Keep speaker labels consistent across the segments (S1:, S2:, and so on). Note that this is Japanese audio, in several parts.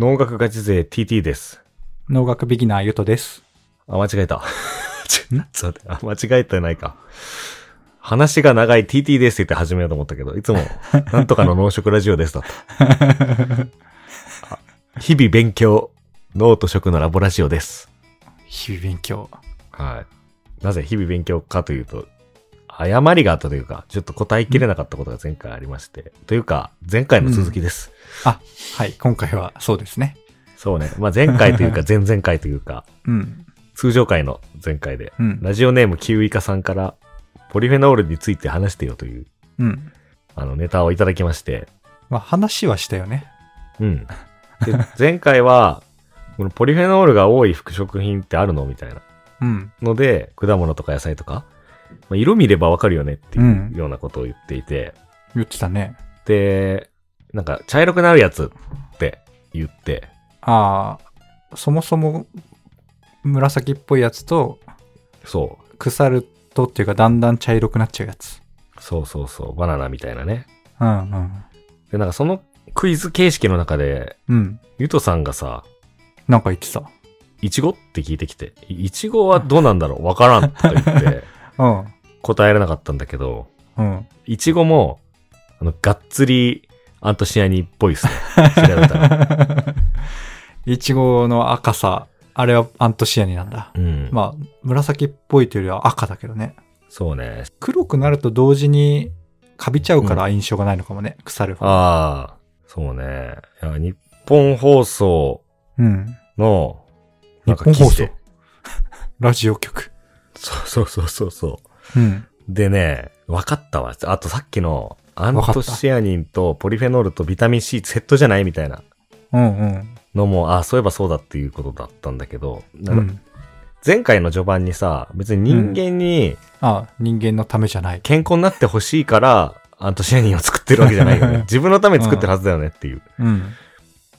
S1: 農学ガチ勢 TT です。
S2: 農学ビギナーゆとです。
S1: あ、間違えた。 ちょちょっと待って、あ間違えてないか。話が長い TT ですって言って始めようと思ったけど、いつも、なんとかの農食ラジオですだった。日々勉強、脳と食のラボラジオです。
S2: 日々勉強。
S1: はい。なぜ日々勉強かというと、誤りがあったというか、ちょっと答えきれなかったことが前回ありまして、というか、前回の続きです。
S2: はい、今回はそうですね。
S1: そうね。まあ、前回というか、前々回というか、
S2: うん。
S1: 通常回の前回で、
S2: うん。
S1: ラジオネームキウイカさんから、ポリフェノールについて話してよという、
S2: うん。
S1: あの、ネタをいただきまして、
S2: まあ、話はしたよね。
S1: うん。で前回は、このポリフェノールが多い服飾品ってあるのみたいな。
S2: うん。
S1: ので、果物とか野菜とか、まあ、色見ればわかるよねって
S2: うん
S1: いうようなことを言っていて、
S2: 言ってたね。
S1: で、なんか、茶色くなるやつって言って、
S2: ああ、そもそも紫っぽいやつと
S1: そ
S2: 腐るとっていうかだんだん茶色くなっちゃうや
S1: う、
S2: つ。
S1: そうそうそう、バナナみたいなね。
S2: うんうん。
S1: で、なんかそのクイズ形式の中で、
S2: うん。
S1: ゆとさんがさ、
S2: なんか言ってた。
S1: いちごって聞いてきて、いいちごはどうなんだろうわからんとか言って、
S2: うん。
S1: 答えられなかったんだけど、
S2: うん。
S1: いちごも、あの、がっつりアントシアニンっぽいっすね。調べたら。
S2: いちごの赤さ、あれはアントシアニンなんだ。
S1: うん。
S2: まあ、紫っぽいというよりは赤だけどね。
S1: そうね。
S2: 黒くなると同時にカビちゃうから印象がないのかもね、腐る方が。
S1: ああ、そうね。いや日本放送
S2: うん。
S1: の、
S2: 日
S1: なんか
S2: 本
S1: 記
S2: 放
S1: 事
S2: 送
S1: で。
S2: ラジオ局。
S1: そうそうそうそうそう。
S2: うん。
S1: でね、分かったわ。あとさっきの、アン
S2: わかった
S1: トシアニンとポリフェノールとビタミン C セットじゃないみたいな
S2: うんうん。
S1: のも、ああ、そういえばそうだっていうことだったんだけど、な
S2: うん
S1: か
S2: ん。
S1: 前回の序盤にさ、別に人間に
S2: あ人間のためじゃない。
S1: 健康になってほしいから、アントシアニンを作ってるわけじゃないよ ね。自分のために作ってるはずだよねっていう
S2: うん。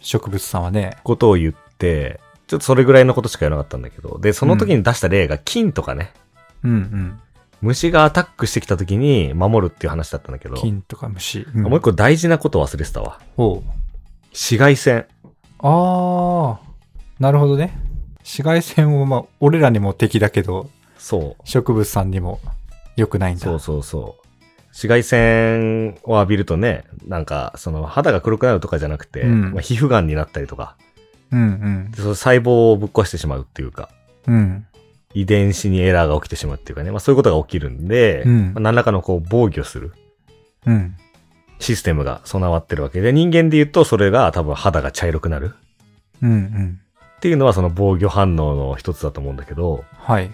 S2: 植物さんはね。
S1: ことを言って、ちょっとそれぐらいのことしか言わなかったんだけど、で、その時に出した例が菌とかね、
S2: うんうん。
S1: 虫がアタックしてきた時に守るっていう話だったんだけど、
S2: 菌とか虫。
S1: あ
S2: ん
S1: もう一。個大事なこと忘れてたわ。
S2: おう
S1: 紫外線。
S2: あー。なるほどね。紫外線を、まあ、俺らにも敵だけど、
S1: そう。
S2: 植物さんにも良くないんだ。
S1: そうそうそう。紫外線を浴びるとね、なんか、その肌が黒くなるとかじゃなくて、
S2: うん
S1: まあ、皮膚がんになったりとか、
S2: うんうん
S1: で。その細胞をぶっ壊してしまうっていうか、
S2: うん。
S1: 遺伝子にエラーが起きてしまうっていうかね、まあ、そういうことが起きるんで、
S2: うん
S1: まあ何らかのこう防御する
S2: うん。
S1: システムが備わってるわけで、人間で言うとそれが多分肌が茶色くなる
S2: うんうん。
S1: っていうのはその防御反応の一つだと思うんだけど、
S2: はい。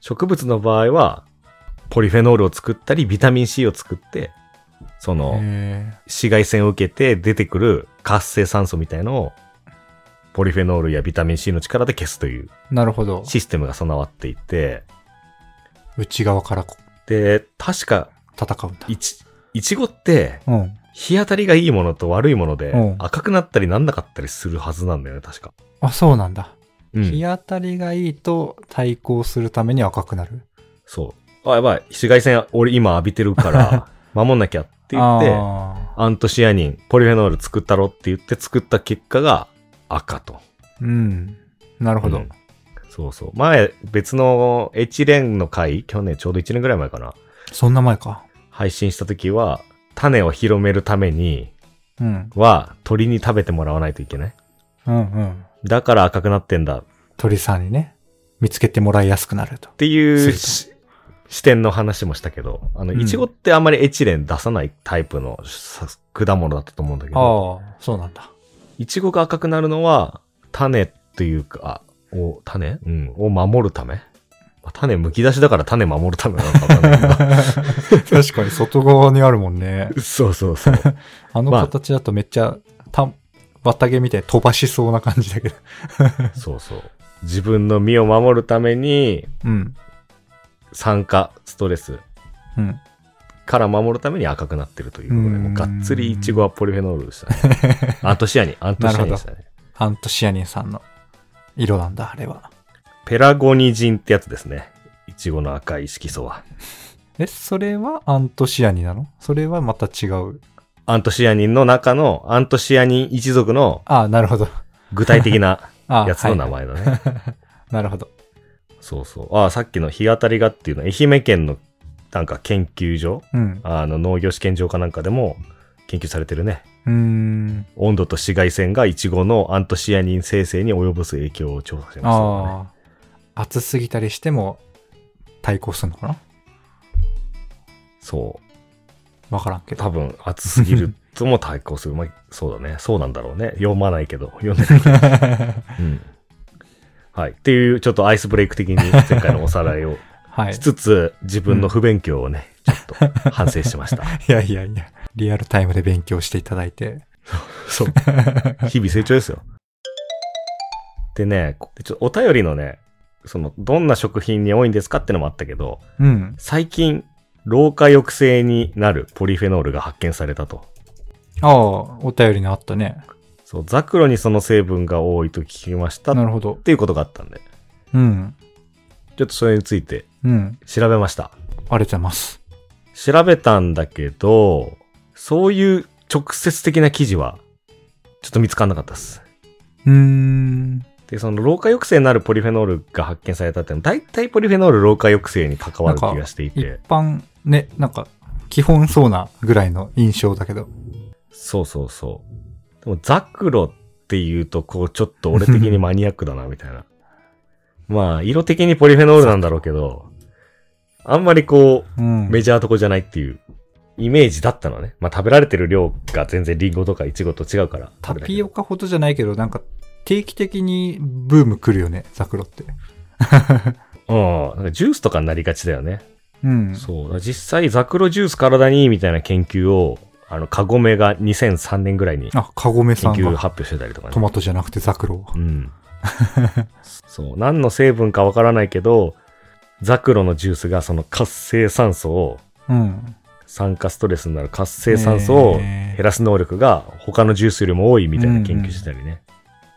S1: 植物の場合は、ポリフェノールを作ったり、ビタミン C を作って、その
S2: へ
S1: 紫外線を受けて出てくる活性酸素みたいのを、ポリフェノールやビタミン C の力で消すという
S2: ーなるほど。
S1: システムが備わっていて、
S2: 内側からこ
S1: で、確か、
S2: 戦うんだ。
S1: いち、いちごって、
S2: うん。
S1: 日当たりがいいものと悪いもので
S2: うん、
S1: 赤くなったりなんなかったりするはずなんだよね、確か。
S2: あ、そうなんだ。
S1: う
S2: 日
S1: ん。
S2: 当たりがいいと対抗するために赤くなる。
S1: そう。あ、やばい、紫外線俺今浴びてる から、守んなきゃって言って、
S2: あ
S1: アントシアニン、ポリフェノール作ったろって言って作った結果が赤と。
S2: ーうん。なるほど。
S1: うんそうそう。前、別のエチレンの回、去年ちょうど1年ぐらい前かな、
S2: そんな前か。
S1: 配信した時は、種を広めるために
S2: うん。
S1: は、鳥に食べてもらわないといけない。
S2: うんうん。
S1: だから赤くなってんだっ
S2: 鳥さんにね、見つけてもらいやすくなると。
S1: ていう
S2: す
S1: し視点の話もしたけど、あの、
S2: うん
S1: イチゴってあんまりエチレン出さないタイプのさ果物だったと思うんだけど、
S2: ああ、そうなんだ。
S1: イチゴが赤くなるのは、種というか、を、種うん。を守るためまあ種剥き出しだから種守るためなのかわかんないけ ど
S2: 確かに外側にあるもんね。
S1: そうそうそう。
S2: あの
S1: まあ
S2: 形だとめっちゃ、た、綿毛みたいに飛ばしそうな感じだけど。
S1: そうそう。自分の身を守るために、
S2: うん。
S1: 酸化、ストレス
S2: うん。
S1: から守るために赤くなってるということで、
S2: うん
S1: もうがっつりイチゴはポリフェノールでしたね。アントシアニン、アントシアニンでしたね。
S2: アントシアニンさんの色なんだ、あれは。
S1: ペラゴニジンってやつですね。イチゴの赤い色素は。
S2: え、それはアントシアニンなのそれはまた違う。
S1: アントシアニンの中のアントシアニン一族の
S2: ああ、なるほど。
S1: 具体的な
S2: ああ、
S1: やつの名
S2: はい
S1: 前だね。
S2: なるほど。
S1: そうそう。ああ、さっきの日当たりがっていうのは愛媛県のなんか研究所
S2: うん。
S1: あの農業試験場かなんかでも研究されてるね。
S2: うーん。
S1: 温度と紫外線がイチゴのアントシアニン生成に及ぼす影響を調査しました、ね。
S2: ああ。暑すぎたりしても対抗するのかな
S1: そう。
S2: わからんけど。
S1: 多分暑すぎるとも対抗する。まあ、そうだね。そうなんだろうね。読まないけど。読んでないけど。うん。はい。っていう、ちょっとアイスブレイク的に前回のおさらいを
S2: はい。
S1: しつつ、自分の不勉強をね、ちょっと反省しました。
S2: いやいやいや。リアルタイムで勉強していただいて。
S1: そう。日々成長ですよ。でね、こちょっとお便りのね、その、どんな食品に多いんですかってのもあったけど、
S2: うん。
S1: 最近、老化抑制になるポリフェノールが発見されたと。
S2: ああ、お便りにあったね。
S1: そう、ザクロにその成分が多いと聞きました
S2: な
S1: っ
S2: るほど。
S1: ていうことがあったんで、
S2: うん。
S1: ちょっとそれについて
S2: うん。
S1: 調べました。
S2: ありがとうございます。
S1: 調べたんだけど、そういう直接的な記事は、ちょっと見つからなかったです。
S2: うーん。
S1: で、その老化抑制になるポリフェノールが発見されたっていうのは、大体ポリフェノール老化抑制に関わる気がしてい
S2: 一
S1: て、
S2: 般、ね、なんか、基本そうなぐらいの印象だけど。
S1: そうそうそう。でもザクロっていうと、こう、ちょっと俺的にマニアックだな、みたいな。まあ、色的にポリフェノールなんだろうけど、あんまりこう、
S2: うん。
S1: メジャーとこじゃないっていうイメージだったのね。まあ食べられてる量が全然リンゴとかイチゴと違うから。
S2: タピ
S1: オ
S2: オカほどじゃないけど、なんか、定期的にブーム来るよね、ザクロって。
S1: うん。なんかジュースとかになりがちだよね。
S2: うん。
S1: そう。実際ザクロジュース体にいいみたいな研究を、あの、カゴメが2003年ぐらいに
S2: あ、カゴメさ
S1: 研
S2: ん
S1: 究
S2: が
S1: 発表してたりとか
S2: ト
S1: ね。
S2: マトじゃなくてザクロ。
S1: うん。そう。何の成分かわからないけど、ザクロのジュースがその活性酸素を、
S2: うん。
S1: 酸化ストレスになる活性酸素を
S2: へ
S1: 減らす能力が他のジュースよりも多いみたいな研究してたりね。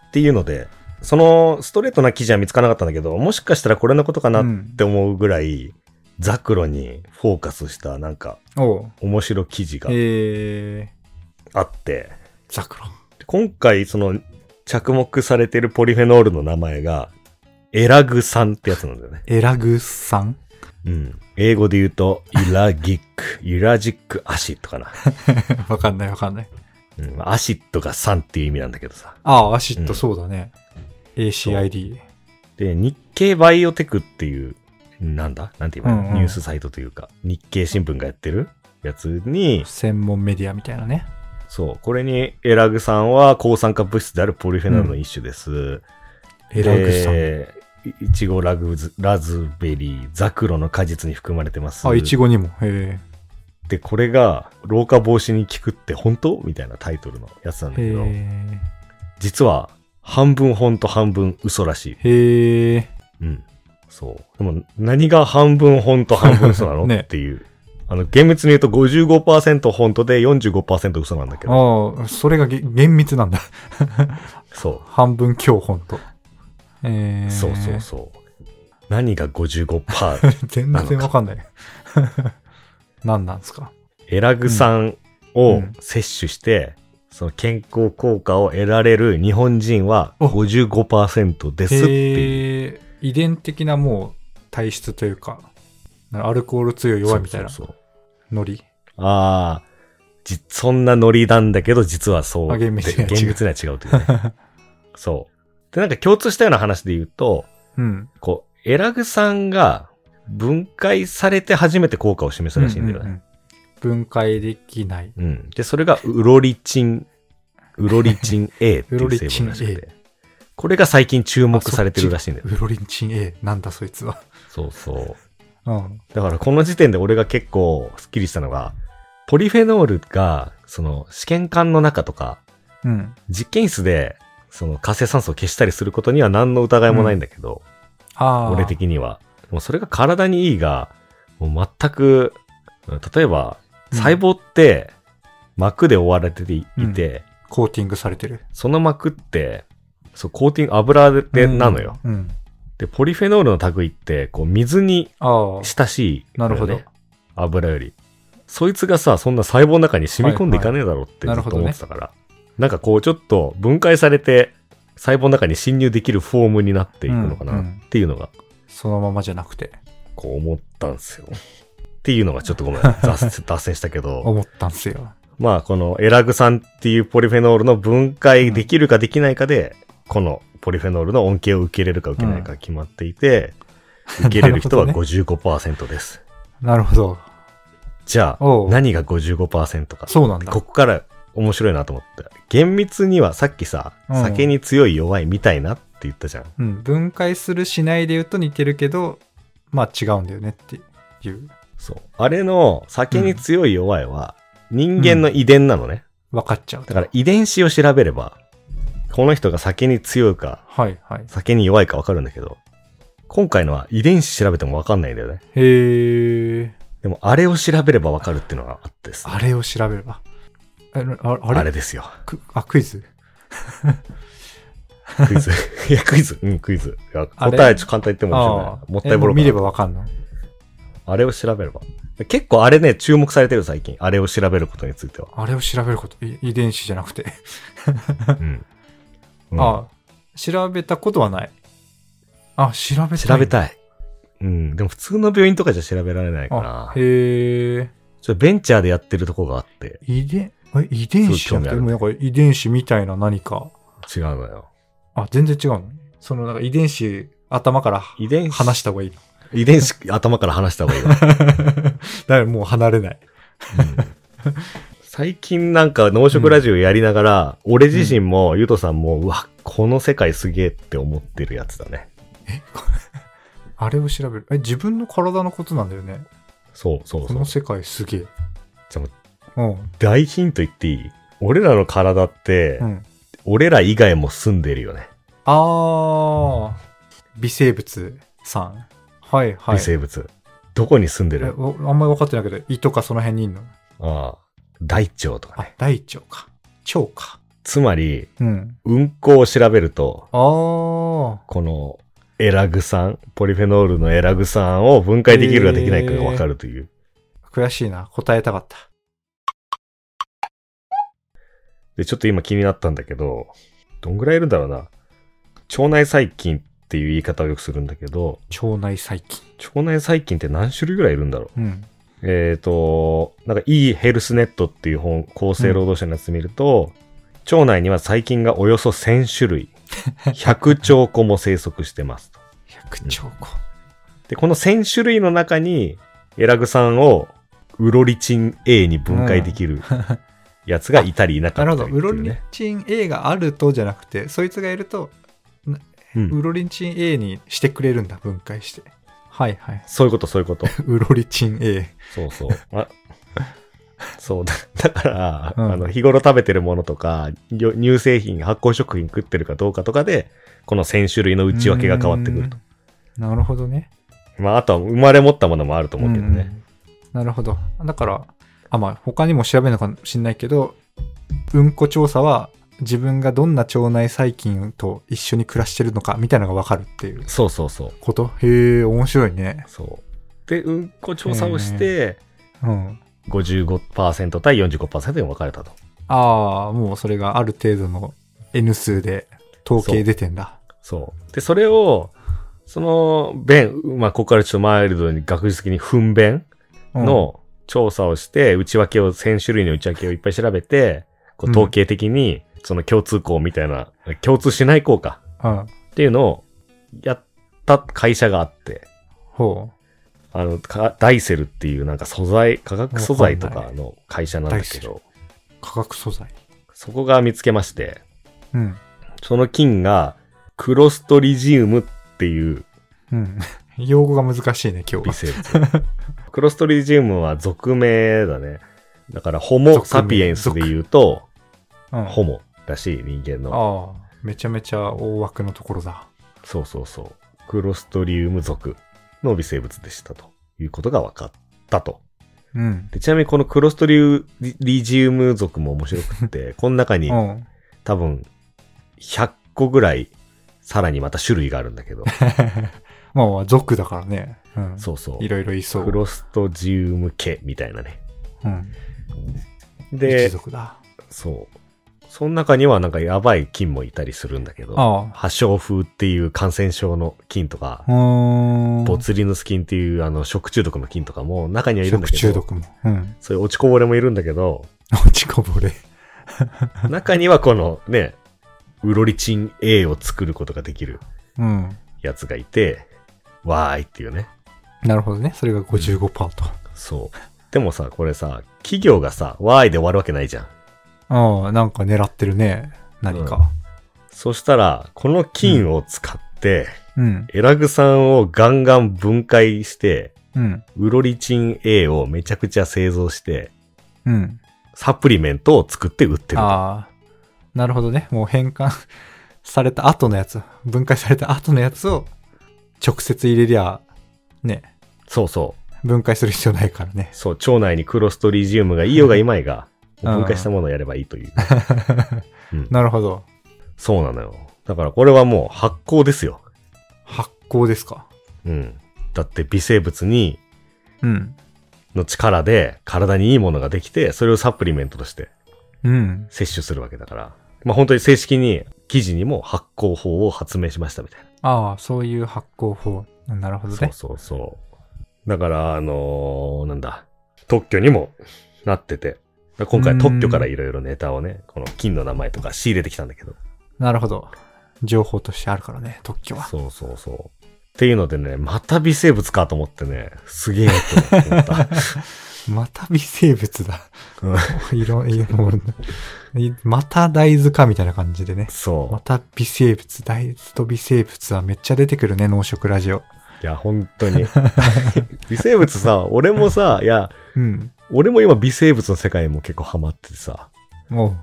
S1: っていうので、そのストレートな記事は見つからなかったんだけど、もしかしたらこれのことかなって思うぐらい、ザクロにフォーカスしたなんか
S2: ーおう。
S1: 面白記事が
S2: え
S1: あって、
S2: ー、ザクロ。
S1: 今回その着目されてるポリフェノールの名前が、エラグ酸ってやつなんだよね。
S2: エラグさん
S1: うん。英語で言うと、イラギック、ユラジックアシットかな。
S2: わかんないわかんない。
S1: うん、アシットが酸っていう意味なんだけどさ。
S2: ああ、アシッ
S1: う
S2: ト
S1: ん
S2: そうだね。ACID。
S1: で、日経バイオテクっていう、なんだなんて言えばいいの
S2: うんうん
S1: ニュースサイトというか、日経新聞がやってるやつに、
S2: 専門メディアみたいなね。
S1: そう、これにエラグ酸は抗酸化物質であるポリフェノールの一種です。
S2: エラグさん。
S1: でいいちごラグズ、ラズベリー、ザクロの果実に含まれてます。
S2: あ、イチゴにも。へ
S1: で、これが老化防止に効くって本当みたいなタイトルのやつなんだ
S2: え。
S1: けど、
S2: へ
S1: 実は半分本と半分嘘らしい。
S2: え。へえ。
S1: うん。そう。でも、何が半分本と半分嘘なの、
S2: ね
S1: っていう。あの、厳密に言うと55%本当で45%嘘なんだけど。
S2: ああ、それがげ厳密なんだ。
S1: そ
S2: 半分強本と。え
S1: う。
S2: ー、
S1: そうそうそう。何が55%?
S2: 全然わかんない。 何なんですか
S1: エラグ酸
S2: う
S1: を
S2: ん
S1: 摂取して、その健康効果を得られる日本人は
S2: お
S1: 55%ですっていう。
S2: へえ。遺伝的なもう体質というか、なんかアルコール強い弱いみたいな
S1: そうそうそう
S2: ノリ。
S1: ああ、じ、そんなノリなんだけど、実はそう。
S2: あ厳密には違う
S1: 厳密には違うという ね。そう。で、なんか共通したような話で言うと、
S2: うん。
S1: こう、エラグ酸が分解されて初めて効果を示すらしいんだよ
S2: うんう
S1: ね。
S2: ん分解できない。
S1: うんで、それがウロリチン、ウロリチン A ってい
S2: ウロ
S1: う
S2: リ
S1: 成
S2: チン
S1: 分
S2: A
S1: らしくて。これが最近注目されてるらしいんだよ。
S2: ウロリンチン A。なんだそいつは。
S1: そうそう。
S2: うん。
S1: だからこの時点で俺が結構スッキリしたのが、ポリフェノールが、その試験管の中とか、
S2: うん。
S1: 実験室で、その活性酸素を消したりすることには何の疑いもないんだけど、
S2: ああ。
S1: 俺的には。もうそれが体にいいが、もう全く、例えば、
S2: うん
S1: 細胞って膜で覆われていて、
S2: コーティングされてる。
S1: その膜って、そう、コーティング、油で、なのよ。
S2: うん。うん。
S1: で、ポリフェノールの類って、こう、水に
S2: ああ。
S1: 親しい、
S2: なるほど。
S1: 油より。そいつがさ、そんな細胞の中に染み込んでいかねえだろってず
S2: はいはい
S1: っと思ってたから。なんかこう、ちょっと分解されて、細胞の中に侵入できるフォームになっていくのかなっていうのが、
S2: そのままじゃなくて、
S1: こう思ったんですよ。っていうのがちょっとごめ ん、雑脱線したけど、
S2: 思ったんすよ。
S1: まあこのエラグ酸っていうポリフェノールの分解できるかできないかで、このポリフェノールの恩恵を受けれるか受けないか決まってい て、受けれる人は
S2: なるほ
S1: 55%です。
S2: なるほど。
S1: じゃあ
S2: お、う
S1: 何が55%か。
S2: そうなんだ。
S1: ここから面白いなと思って。厳密にはさっきさ、
S2: うん
S1: 酒に強い弱いみたいなって言ったじゃん。
S2: うん、分解するしないで言うと似てるけど、まあ違うんだよねっていう。
S1: そう。あれの酒に強い弱いは人間の遺伝なのね。
S2: 分かっちゃうと。
S1: だから遺伝子を調べれば、この人が酒に強いか、
S2: はいはい。
S1: 酒に弱いかわかるんだけど、今回のは遺伝子調べてもわかんないんだよね。
S2: へえ。
S1: でもあれを調べればわかるっていうのがあってですね
S2: あれを調べれば。あああ
S1: あ
S2: れ
S1: れですよ。
S2: クあ、クイズ
S1: ク イズ。いや、クイズ。うん、クイズ。いや
S2: あれ
S1: 答えちょっと簡単に言っても面白
S2: あ
S1: くな
S2: あ
S1: い。もったいぼろ
S2: え
S1: か
S2: 見
S1: な
S2: ればわかんの。
S1: あれを調べれば。結構あれね、注目されてる最近。あれを調べることについて は。
S2: あれを調べること、い遺伝子じゃなくて。
S1: うん。うん
S2: ああ調べたことはない。あ、調べたい。
S1: 調べ
S2: い
S1: たい。うん。でも普通の病院とかじゃ調べられないか
S2: あ
S1: ら、。ちょっ
S2: へえ。
S1: とベンチャーでやってるとこがあって、
S2: 遺伝、え遺伝子じゃ
S1: そう興
S2: なくて、
S1: 味ある
S2: でもなんか遺伝子みたいな何か。
S1: 違うのよ。
S2: あ、全然違うのそのなんか遺伝子、頭から
S1: 遺伝子、
S2: 離した方がいいの。
S1: 遺伝子頭から話した方がいいわ。
S2: だからもう離れない。
S1: うん最近なんか農食ラジオやりながら、俺自身もゆとさんも、うわ、この世界すげえって思ってるやつだね。
S2: あれを調べる。え、自分の体のことなんだよね。
S1: そうそう
S2: こ
S1: そう
S2: の。世界すげえ。
S1: でも
S2: うん。
S1: 大ヒント言っていい俺らの体って、
S2: うん。
S1: 俺ら以外も住んでるよね。
S2: あー、微生物さん。はいはい。
S1: 微生物。どこに住んで
S2: え
S1: る
S2: おあんまり分かってないけど、胃とかその辺にいんの
S1: ああ大腸とか
S2: あ
S1: ね。、
S2: 大腸か。腸か。
S1: つまり、
S2: うん。
S1: 運行を調べると、
S2: あー。
S1: このエラグ酸、ポリフェノールのエラグ酸を分解できるかできないかがわかるという。
S2: 悔しいな。答えたかった。
S1: で、ちょっと今気になったんだけど、どんぐらいいるんだろうな。腸内細菌っていう言い方をよくするんだけど、
S2: 腸内細菌。
S1: 腸内細菌って何種類ぐらいいるんだろう
S2: うん。
S1: えっ、と、なんか、いいヘルスネットっていう本、厚生労働省のやつ見ると、腸内には細菌がおよそ1000種類、100兆個も生息してますと。
S2: 100兆個。
S1: で、この1000種類の中に、エラグ酸をウロリチン A に分解できるやつがいたりいなか
S2: な
S1: っ
S2: る
S1: たり
S2: ほ
S1: って
S2: ど。
S1: いう、ね。
S2: ウロリンチン A があるとじゃなくて、そいつがいると、
S1: うん
S2: ウロリンチン A にしてくれるんだ。分解して。はいはい。
S1: そういうこと、そういうこと。
S2: ウロリチン A。
S1: そう そう。あそうだ。 だから、
S2: うん
S1: あの、日頃食べてるものとか、よ乳製品、発酵食品食ってるかどうかとかで、この1000種類の内訳が変わってくると。
S2: うん。なるほどね。
S1: まあ、あとは生まれ持ったものもあると思うけどね。
S2: うん。なるほど。だから、あ、まあ、他にも調べるのかもしれないけど、うんこ調査は、自分がどんな腸内細菌と一緒に暮らしてるのかみたいなのがわかるっていう
S1: そうそうそう。
S2: ことへえ、面白いね。
S1: そう。で、うんこ調査をして、
S2: うん。
S1: 55%対45%に分かれたと。
S2: ああ、もうそれがある程度の N 数で統計出てんだ。
S1: そう。で、それを、その、便、まあ、ここからちょっとマイルドに学術的に糞便
S2: うん、
S1: の調査をして、内訳を、1000種類の内訳をいっぱい調べて、こう
S2: うん
S1: 統計的に、その共通項みたいな、共通しない項か
S2: うん。
S1: っていうのをやった会社があって、
S2: ほ
S1: あの、かダイセルっていうなんか素材、化学素材と
S2: わ
S1: か
S2: か
S1: の会社なんだけど、
S2: う。化学素材。
S1: そこが見つけまして、
S2: うん。
S1: その菌がクロストリジウムっていう
S2: うん。 用語が難しいね、今日
S1: 微
S2: は。
S1: 生物。 クロストリジウムは俗名だね。だから、ホモ・サピエンスで言うと、
S2: うん、
S1: ホモだし、人間の。
S2: ああ、めちゃめちゃ大枠のところだ。
S1: そうそうそう。クロストリウム属の微生物でしたということが分かったと。
S2: うん。
S1: でちなみにこのクロストリウリジウム属も面白くっ て、この中に
S2: うん。
S1: 多分100個ぐらいさらにまた種類があるんだ けど、
S2: まあまあ、族だからね。うん。
S1: そうそう。
S2: いろいろいそう。
S1: クロストジウム系みたいなね。
S2: うん。一
S1: で、
S2: 族だ。
S1: そう。その中にはなんかやばい菌もいたりするんだけど、
S2: あ
S1: 破傷風っていう感染症の菌とか
S2: あ。う、ーん。
S1: ボツリヌス菌っていうあの食中毒の菌とかも中にはいるんだ
S2: 食
S1: けど、
S2: 中毒も。うん。
S1: そういう落ちこぼれもいるんだけ ど、
S2: 落ちこぼれ。
S1: 中にはこのね、ウロリチン A を作ることができる
S2: うん。
S1: やつがいて、わーいっていうね。
S2: なるほどね。それが55%と。
S1: そう。でもさ、これさ、企業がさ、わーいで終わるわけないじゃん。
S2: ああ、なんか狙ってるね。何か。
S1: そしたら、この菌を使って、
S2: うん。
S1: エラグ酸をガンガン分解して、
S2: うん。
S1: ウロリチン A をめちゃくちゃ製造して、
S2: うん。
S1: サプリメントを作って売ってる。
S2: ああ。なるほどね。もう変換 された後のやつ。分解された後のやつを直接入れりゃ、ね。
S1: そうそう。
S2: 分解する必要ないか らね。
S1: そう、腸内にクロストリジウムがいいようがいまいが、
S2: うん
S1: 分解したものをやればいいという。うん
S2: なるほど。
S1: そうなのよ。だからこれはもう発酵ですよ。
S2: 発酵ですか。
S1: うん。だって微生物に、
S2: うん。
S1: の力で体にいいものができて、それをサプリメントとして
S2: うん。
S1: 摂取するわけだから。まあ本当に正式に記事にも発酵法を発明しましたみたいな。
S2: ああ、そういう発酵法。なるほど
S1: そ
S2: ね
S1: う。そうそう。だから、あのーなんだ。特許にもなってて。だから今
S2: う
S1: 回
S2: ん
S1: 特許からいろいろネタをね、この金の名前とか仕入れてきたんだけど。
S2: なるほど。情報としてあるからね、特許は。
S1: そうそうそう。っていうのでね、また微生物かと思ってね、すげえと思った。
S2: また微生物だ。
S1: うん
S2: いろいろ、もういまた大豆かみたいな感じでね。
S1: そう
S2: ま。た微生物、大豆と微生物はめっちゃ出てくるね、農食ラジオ。
S1: いや、本当に。 微生物さ、俺もさ、いや、
S2: うん。
S1: 俺も今微生物の世界も結構ハマっててさ、
S2: も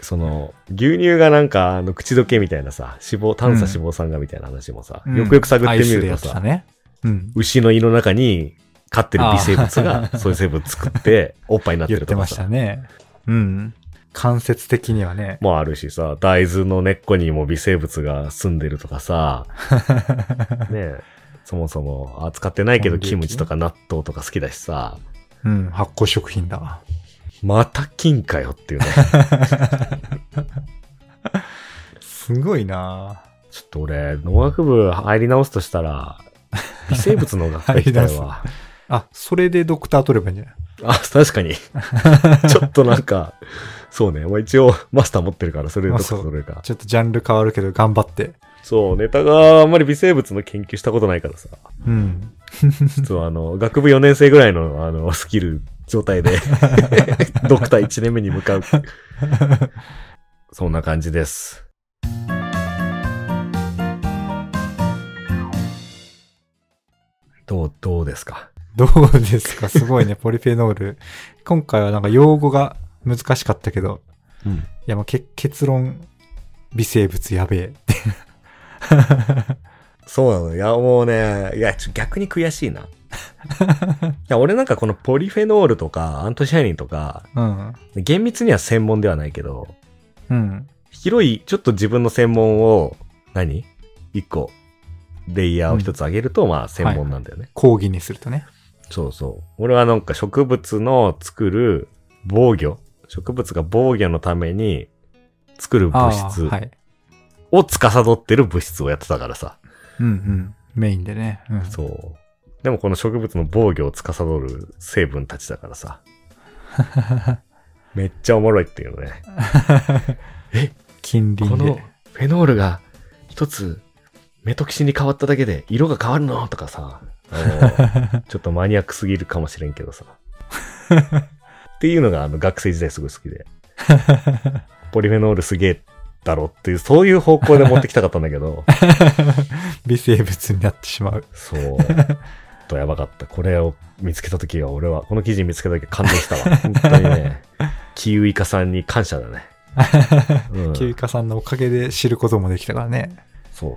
S1: その、牛乳がなんか、あの、口どけみたいなさ、脂肪、炭鎖脂肪酸がみたいな話もさ、
S2: う、うん
S1: よくよく探っ
S2: ア
S1: て
S2: イ
S1: み
S2: スで
S1: る
S2: や
S1: と
S2: って
S1: さ、
S2: たね。うん。
S1: 牛の胃の中に飼ってる微生物
S2: あ
S1: が、
S2: ー
S1: そういう成分作って、おっぱいになって
S2: 言っ
S1: る
S2: て
S1: と
S2: ま
S1: か
S2: した
S1: さ、
S2: ね。うん。間接的にはね。
S1: もあるしさ、大豆の根っこにも微生物が住んでるとか さ、ねえそもそも、扱ってないけど、
S2: 本
S1: キ
S2: 流菌
S1: ムチとか納豆とか好きだしさ、
S2: うん、発酵食品だわ。
S1: また金かよっていうね。
S2: すごいなぁ
S1: ちょっと俺、農学部入り直すとしたら、微生物の学科行きたいわ。
S2: あ、それでドクター取ればいいんじゃない
S1: あ、確かに。ちょっとなんか、そうね。まあ一応、マスター持ってるから、それでどこか取れるか。
S2: ちょっとジャンル変わるけど頑張って。
S1: そう、ネタがあんまり微生物の研究したことないからさ。
S2: うん。
S1: 実はあの、学部4年生ぐらいの、あの、スキル状態 で、ドクター1年目に向かう。そんな感じです。どう、どうですか
S2: どうですかすごいね、 ポリフェノール。今回はなんか用語が難しかったけど、
S1: うん。
S2: いや、まあ、け結論、微生物やべえ。
S1: そうなの。いや、もうね、いや、ちょ逆に悔しいな。いや、俺なんかこのポリフェノールとか、アントシャニンとか、
S2: うん。
S1: 厳密には専門ではないけど、
S2: うん。
S1: 広い、ちょっと自分の専門を、何一個、レイヤーを一つ上げると、まあ、専門なんだよね。
S2: 講義にするとね。
S1: そうそう。俺はなんか植物の作る防御、植物が防御のために作る物質
S2: ああはい。
S1: を司ってる物質をやってたからさ。
S2: うんうん。メインでね。うん。
S1: そう。でもこの植物の防御を司る成分たちだからさ。 めっちゃおもろいっていうのね。
S2: 近
S1: こ
S2: 隣
S1: の
S2: で。
S1: フェノールが一つメトキシンに変わっただけで色が変わるのとかさ。 あのちょっとマニアックすぎるかもしれんけどさ。っていうのがあの学生時代すごい好き で。ポリフェノールすげえだろっていう、そういう方向で持ってきたかったんだけど。
S2: 微生物になってしまう。
S1: そう。ちょっとやばかった。これを見つけた時は俺は、この記事見つけた時は感動したわ。本当にね、キウイカさんに感謝だね。うん、
S2: キウイ
S1: そう
S2: カさんのおかげで知ることもできたからね。
S1: そ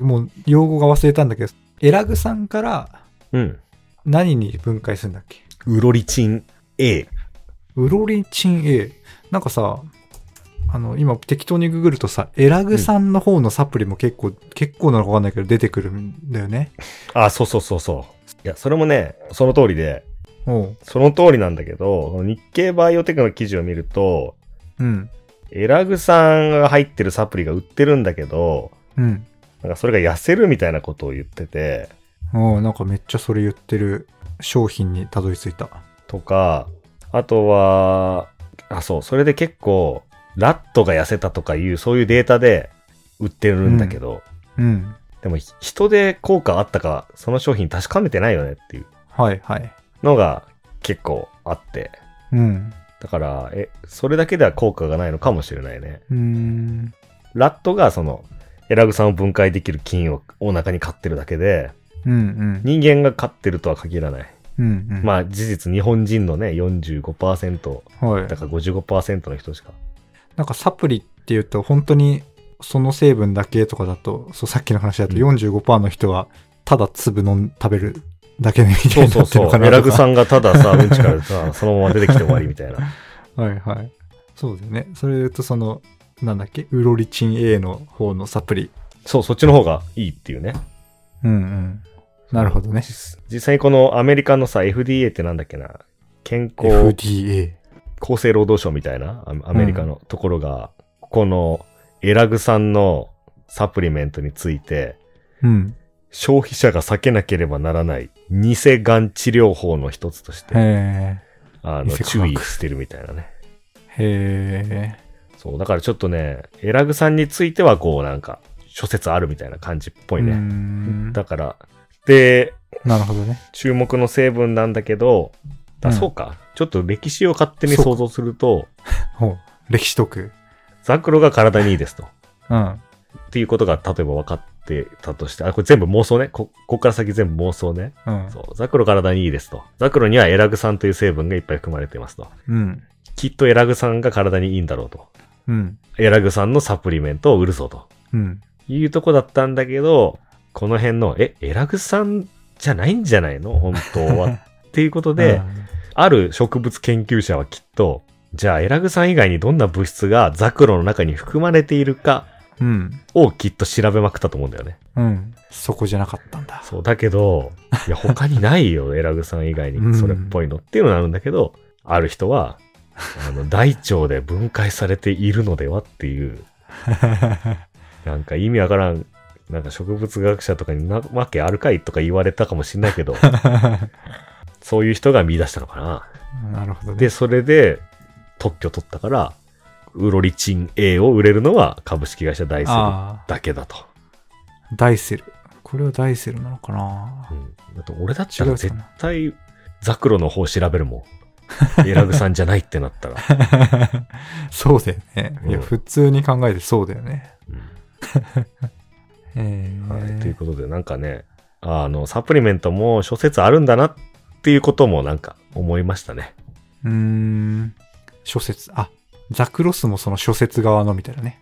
S1: う。
S2: もう、用語が忘れたんだけど、エラグ酸から
S1: うん。
S2: 何に分解するんだっけ
S1: ウロリチン A。
S2: ウロリチン A。なんかさ、あの、今適当にググるとさ、エラグ酸の方のサプリも結構、結構なのかわかんないけど出てくるんだよね。
S1: あ、そうそうそうそう。いや、それもね、その通りで、
S2: おう。
S1: その通りなんだけど、日経バイオテクの記事を見ると、
S2: うん。
S1: エラグ酸が入ってるサプリが売ってるんだけど、
S2: うん。
S1: なんかそれが痩せるみたいなことを言ってて、
S2: おうなんかめっちゃそれ言ってる商品にたどり着いた。
S1: とか、あとは、あ、そう、それで結構、ラットが痩せたとかいう、そういうデータで売ってるんだけど、
S2: うん。
S1: でもひ人で効果あったか、その商品確かめてないよねっていう
S2: はいはい。
S1: のが結構あって、
S2: うん。
S1: だから、え、それだけでは効果がないのかもしれないね。
S2: うーん。
S1: ラットがその、エラグ酸を分解できる菌をお腹に飼ってるだけで、
S2: うんうん。
S1: 人間が飼ってるとは限らない。
S2: うんうん。
S1: まあ事実日本人のね、45%
S2: はい
S1: だ。から55%の人しか
S2: なんかサプリっていうと、本当にその成分だけとかだと、そうさっきの話だと
S1: う
S2: 45%の人は、ただ粒のん食べるだけみた
S1: そ
S2: いうに
S1: そ
S2: な
S1: う
S2: って
S1: そ
S2: るの
S1: う。
S2: か な
S1: エ
S2: とか。
S1: ラグさんがたださ、うんちからさ、 そのまま出てきて終わりみたいな。
S2: はいはい。そうだよね。それで言うと、その、なんだっけ、ウロリチン A の方のサプリ。
S1: そう、そっちの方がいいっていうね。
S2: うんうん。なるほどね。
S1: 実実際にこのアメリカのさ、FDA ってなんだっけな。健康、
S2: FDA。
S1: 厚生労働省みたいな、アアメリカのところが、ここのエラグ酸のサプリメントについて、
S2: うん。
S1: 消費者が避けなければならない偽がん治療法の一つとして、
S2: へ
S1: あの、
S2: 偽科
S1: 注
S2: 学
S1: 意してるみたいなね。
S2: え。へえ。
S1: そう、だからちょっとね、エラグさんについては、こう、なんか、諸説あるみたいな感じっぽいね。
S2: うーん
S1: だから、で、
S2: なるほどね。
S1: 注目の成分なんだけど、あ
S2: うん
S1: そうか。ちょっと歴史を勝手に想像すると、
S2: ほう。歴史解く。
S1: ザクロが体にいいですと。
S2: うん。
S1: っていうことが、例えば分かってたとして、あ、これ全部妄想ね。こ、こっから先全部妄想ね。
S2: うん。
S1: そう。ザクロ体にいいですと。ザクロにはエラグ酸という成分がいっぱい含まれていますと。
S2: うん。
S1: きっとエラグ酸が体にいいんだろうと。
S2: うん。
S1: エラグ酸のサプリメントを売るぞと。
S2: うん。
S1: いうとこだったんだけど、この辺の、え、エラグ酸じゃないんじゃないの本当は。 っていうことで、ある植物研究者はきっと、じゃあエラグ酸以外にどんな物質がザクロの中に含まれているか
S2: うん、うん。
S1: をきっと調べまくったと思うんだよね。
S2: うん。そこじゃなかったんだ。
S1: そう、だけど、いや、他にないよ、エ ラグ酸以外にそれっぽいのっていうのがあるんだけど、ある人は、あの、大腸で分解されているのではっていう、なんか意味わからん、なんか植物学者とかになわけあるかいとか言われたかもしんないけど、そういう人が見出したのかな。
S2: なるほどね。
S1: で、それで特許取ったから、ウロリチン A を売れるのは株式会社ダイセル
S2: あ
S1: だけだと。
S2: あ、ダイセル。これはダイセルなのかな
S1: うん、だって俺だったら
S2: 違うか
S1: 絶
S2: な
S1: 対ザクロの方調べるも ん。エラグさんじゃないってなったら。
S2: そうだよね。いや、
S1: うん
S2: 普通に考えてそうだよね。
S1: うん
S2: え
S1: はい、という
S2: ー、
S1: ことで、なんかね、あの、サプリメントも諸説あるんだなっていうこともなんか思いましたね。
S2: うーん。諸説。あ、ザクロスもその諸説側のみたいなね。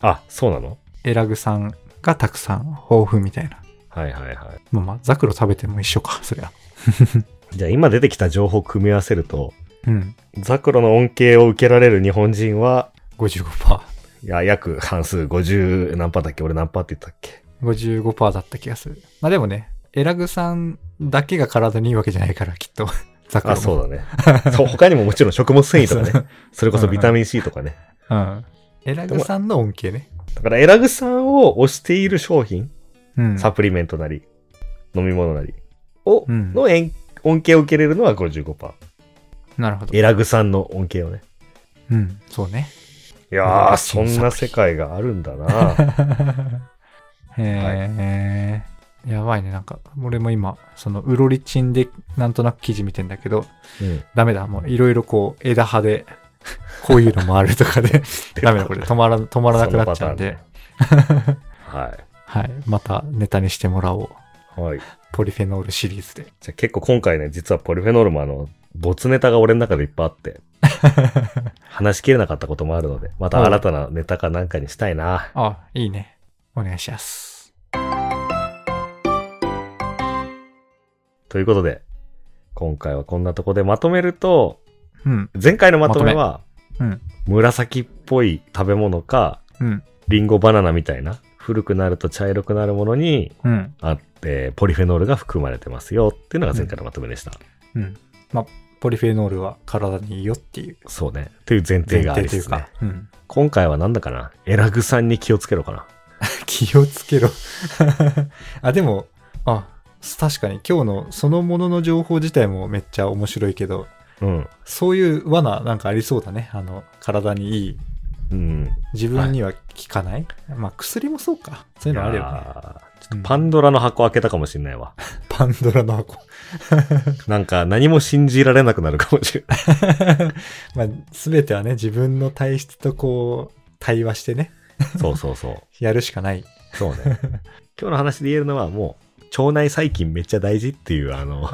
S1: あ、そうなの
S2: エラグ酸がたくさん豊富みたいな。
S1: はいはいは
S2: まあまあ、ザクロ食べても一緒か、そりゃ。
S1: い。じゃあ今出てきた情報を組み合わせると、
S2: うん。
S1: ザクロの恩恵を受けられる日本人は、
S2: 55%。
S1: いや、約半数、50何パーだっけ俺何パーって言ったっけ
S2: 55%だった気がする。まあでもね、エラグ酸だけが体にいいわけじゃないから、きっと。 ザクロ
S1: あ、
S2: も
S1: そうだね。そう、他にももちろん食物繊維とか
S2: そう
S1: ね。それこそビタミン C とかね。
S2: うん。エラグさんの恩恵ね。
S1: だからエラグ酸を推している商品、
S2: うん
S1: サプリメントなり、飲み物なり、を、
S2: うん
S1: の円恩恵を受けれるのは55%。
S2: なるほど。
S1: エラグ酸の恩恵をね。
S2: うん。そ うね。
S1: いやー、
S2: うん
S1: そんな世界があるんだな
S2: へえ、やばいね。なんか、俺も今、その、ウロリチンで、なんとなく記事見てんだけど、
S1: うん。
S2: ダメだ。もう、いろいろこう、枝葉で、 こういうのもあると かで、ダメだ。これ、止まら、止まらなくなっちゃうんで、
S1: は
S2: はい。また、ネタにしてもらおう。
S1: い。はい。
S2: ポリフェノールシリーズで。
S1: じゃあ結構今回ね、実はポリフェノールもあの、没ネタが俺の中でいっぱいあ って、話しきれなかったこともあるので、また新たなネタかなんかにしたいな。
S2: あ、いいね。お願いします。
S1: ということで、今回はこんなとこでまとめると、
S2: うん。
S1: 前回のまとめは、
S2: まとめうん
S1: 紫っぽい食べ物か、
S2: うん。
S1: リンゴバナナみたいな、古くなると茶色くなるものに
S2: うん。
S1: あって、ポリフェノールが含まれてますよっていうのが前回のまとめでした。
S2: うん。まあ、ポリフェノールは体にいいよっていう
S1: そうね。という前
S2: 前
S1: 提があ
S2: 提
S1: り
S2: とい
S1: で
S2: う
S1: すね
S2: か。。うん、
S1: 今回はなんだかなエラグさんに気をつけろかな。
S2: 気をつけろ。 あ、でも、あ、確かに今日のそのものの情報自体もめっちゃ面白いけど、
S1: うん。
S2: そういう罠なんかありそうだね。あの、体にいい。
S1: うん。
S2: 自分には効かない、まあ薬もそうか。そういうのあるよ
S1: い
S2: ね。
S1: やーちょっとパンドラの箱開けたかもしれない わ。
S2: パンドラの箱。
S1: なんか何も信じられなくなるかもしれ ない。
S2: まあ、すべてはね、自分の体質とこう、対話してね、
S1: そうそうそう。
S2: やるしかない。
S1: そうね。今日の話で言えるのはもう、腸内細菌めっちゃ大事っていう、あの、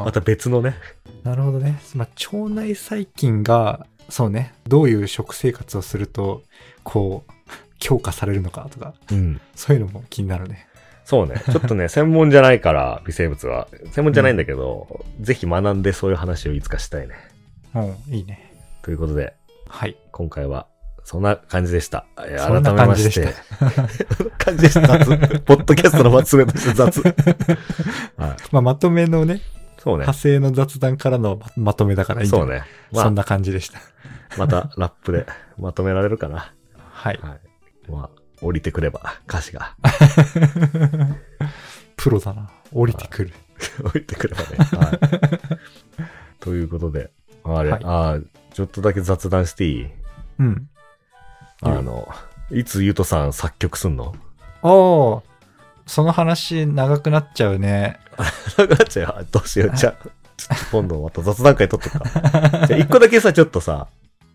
S2: あ
S1: また別のね、
S2: なるほどね。まあ、腸内細菌が、そうね、どういう食生活をすると、こう、強化されるのかとか、
S1: うん。
S2: そういうのも気になるね。
S1: そうね。ちょっとね、 専門じゃないから、微生物は。専門じゃないんだけど、ぜひ学んでそういう話をいつかしたいね。
S2: うん、いいね。
S1: ということで、
S2: はい。
S1: 今回は、そんな感じでした。え
S2: そん
S1: ー
S2: な
S1: 改め
S2: 感
S1: ま
S2: じで
S1: し。
S2: して
S1: 感じでした。雑。ポッドキャストのまとめとして雑。はい。
S2: まあ、まとめのね、
S1: そうね
S2: 派。生の雑談からのままとめだからいいんじゃ
S1: そ
S2: な
S1: う
S2: い
S1: ね。
S2: そ
S1: ま
S2: ん
S1: あ、
S2: な感じでした。
S1: またラップでまとめられるかな。
S2: はい。
S1: はい。まあ、降りてくれば、歌詞 が。
S2: プロだな。降りてくる。
S1: 置いてくればね。はい。ということで、あれ、
S2: はい
S1: あーちょっとだけ雑談していい
S2: うん。
S1: あの、いつゆとさん作曲すんの
S2: おーその話長くなっちゃうね。
S1: なくなっちゃうよ。どうしよう。じゃあ、ちょっと今度また雑談会撮っとくか。 じゃあ一個だけさ、ちょっとさ、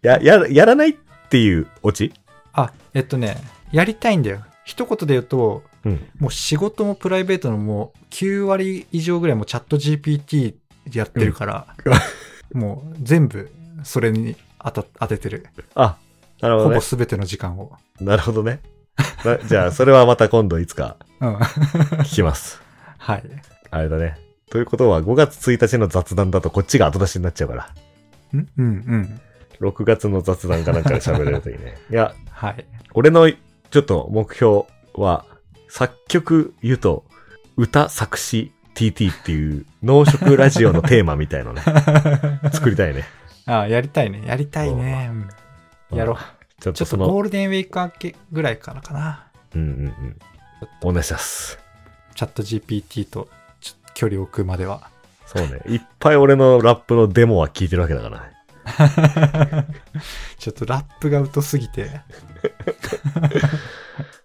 S1: や、や、やらないっていうオチ
S2: あ、えっとね、やりたいんだよ。一言で言うと、
S1: うん。
S2: もう仕事もプライベートのもう9割以上ぐらいもうチャット GPT やってるから、もう全部それに当た当ててる。
S1: あ、なるほ
S2: ほ
S1: ど
S2: ぼ
S1: ね。
S2: 全ての時間を。
S1: なるほどね。なじゃあ、それはまた今度いつか
S2: うん。
S1: 聞きます。
S2: はい。
S1: あれだね。ということは、5月1日の雑談だとこっちが後出しになっちゃうから。
S2: んうんうん。
S1: 6月の雑談かなんかで喋れるといいね。いや、
S2: はい。
S1: 俺のちょっと目標は、作曲ゆと歌作詞 TT っていう農食ラジオのテーマみたいのね、作りたいね。
S2: あ、やりたいね。やりたいね。うんやろう。
S1: ちょっ
S2: ち
S1: と
S2: ょっと
S1: そ
S2: ゴ
S1: の、
S2: ールデンウィーク明けぐらいからかな。
S1: うんうんうん。お願いします。
S2: チャット GPT とちょっと距離を置くま では。
S1: そうね。いっぱい俺のラップのデモは聞いてるわけだからね。
S2: ちょっとラップが疎すぎて。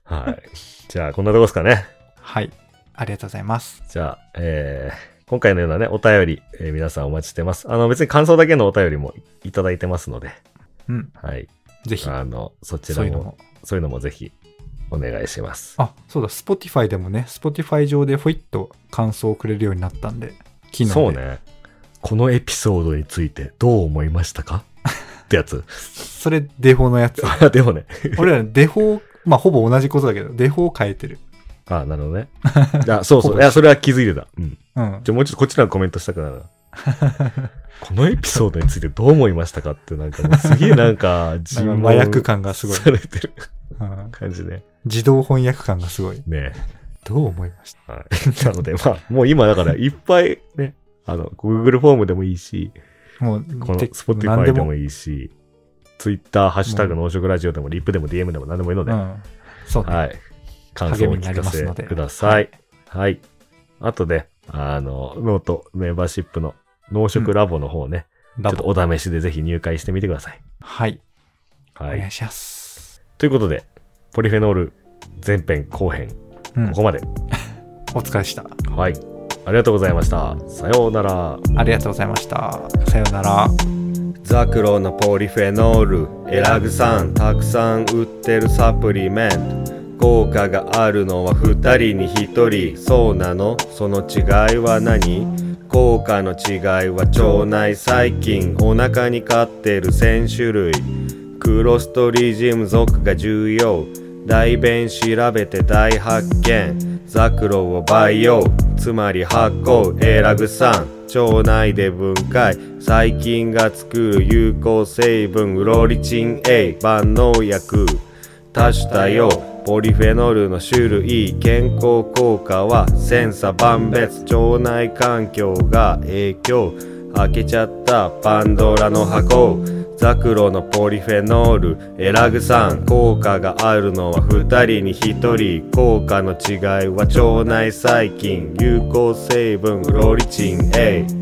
S1: はい。じゃあ、こんなとこですかね。
S2: はい。ありがとうございます。
S1: じゃあ、えー今回のようなね、お便り、えー皆さんお待ちしてます。あの、別に感想だけのお便りもいただいてますので、
S2: うん。
S1: はい。
S2: ぜひ、
S1: あの、そち
S2: そ
S1: ら
S2: ういうの
S1: も
S2: も。
S1: そういうのもぜひお願いします。
S2: あ、そうだ、Spotify でもね、Spotify 上でほいっと感想をくれるようになったんで、昨日、
S1: そう。ね。このエピソードについてどう思いました かってやつ。
S2: それ、デフォのや つ。
S1: あでもね。
S2: 俺らデフォ、まあ、ほぼ同じことだけど、デフォを変えてる。
S1: あ、なる ほどね。あそうそ
S2: ほ
S1: う。
S2: ぼ
S1: いや、それは気づいてた。うん。
S2: うん。
S1: じゃあもうちょっとこっちらのコメントしたく なるな。このエピソードについてどう思いましたかってなんかもうすげえ なんか尋問
S2: 麻薬感が すごい
S1: されてる
S2: うん、
S1: 感じね。
S2: 自動翻訳感がすごい。
S1: ね
S2: どう思いました
S1: え。はい。なのでま あ、もう今だからいっぱいね、あの、Google フォームでもいいし、
S2: もう、
S1: この
S2: て
S1: Spotify
S2: 何
S1: でもいいし、Twitter、ハッシュタグ、農食ラジオでも、リップでも DM でも何でもいいので、
S2: うん。そうね。
S1: はい。感想をお聞かせください。はい。あとで、あの、ノート、メンバーシップの農食ラボの方ね、
S2: ラ
S1: ちょ
S2: ボ
S1: っとお試しでぜひ入会してみてください。
S2: はい。
S1: は
S2: お願い
S1: い。
S2: します。
S1: ということで、ポリフェノール前編後編、
S2: うん
S1: こ。こまで。
S2: お疲れでした。
S1: はい。ありがとうございました。さようなら。
S2: ありがとうございました。さようなら。
S3: ザクロのポリフェノールエラグ酸たくさん売ってるサプリメント効果があるのは2人に1人そうなのその違いは何効果の違いは腸内細菌お腹に飼ってる1000種類クロストリジウム属が重要大便調べて大発見ザクロを培養つまり発酵エラグ酸腸内で分解細菌が作る有効成分ウロリチン A 万能薬多種多様ポリフェノールの種類健康効果は千差万別腸内環境が影響
S1: 開けちゃったパンドラの箱ザクロのポリフェノールエラグ酸効果があるのは2人に1人効果の違いは腸内細菌有効成分フロリチン A